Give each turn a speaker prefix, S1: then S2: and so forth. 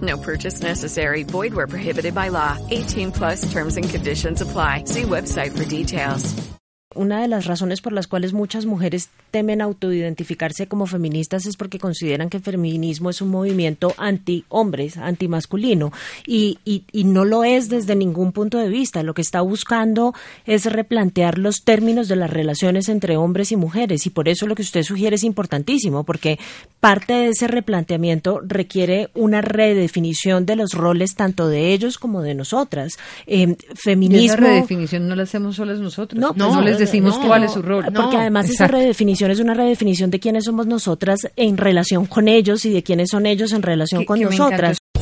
S1: No purchase necessary. Void where prohibited by law. 18 plus terms and conditions apply. See website for details.
S2: Una de las razones por las cuales muchas mujeres temen autoidentificarse como feministas es porque consideran que el feminismo es un movimiento anti-hombres, anti-masculino, y, y, y no lo es desde ningún punto de vista. Lo que está buscando es replantear los términos de las relaciones entre hombres y mujeres, y por eso lo que usted sugiere es importantísimo, porque parte de ese replanteamiento requiere una redefinición de los roles tanto de ellos como de nosotras. Eh,
S3: Y esa
S2: feminismo.
S3: redefinición no la hacemos solas nosotros. No,
S2: No, pues
S3: no, les decimos
S2: no,
S3: cuál es su rol.
S2: Porque además
S3: Exacto.
S2: esa redefinición es una redefinición de quiénes somos nosotras en relación con ellos y de quiénes son ellos en relación
S3: Que-
S2: con
S3: que me encanta
S2: nosotras.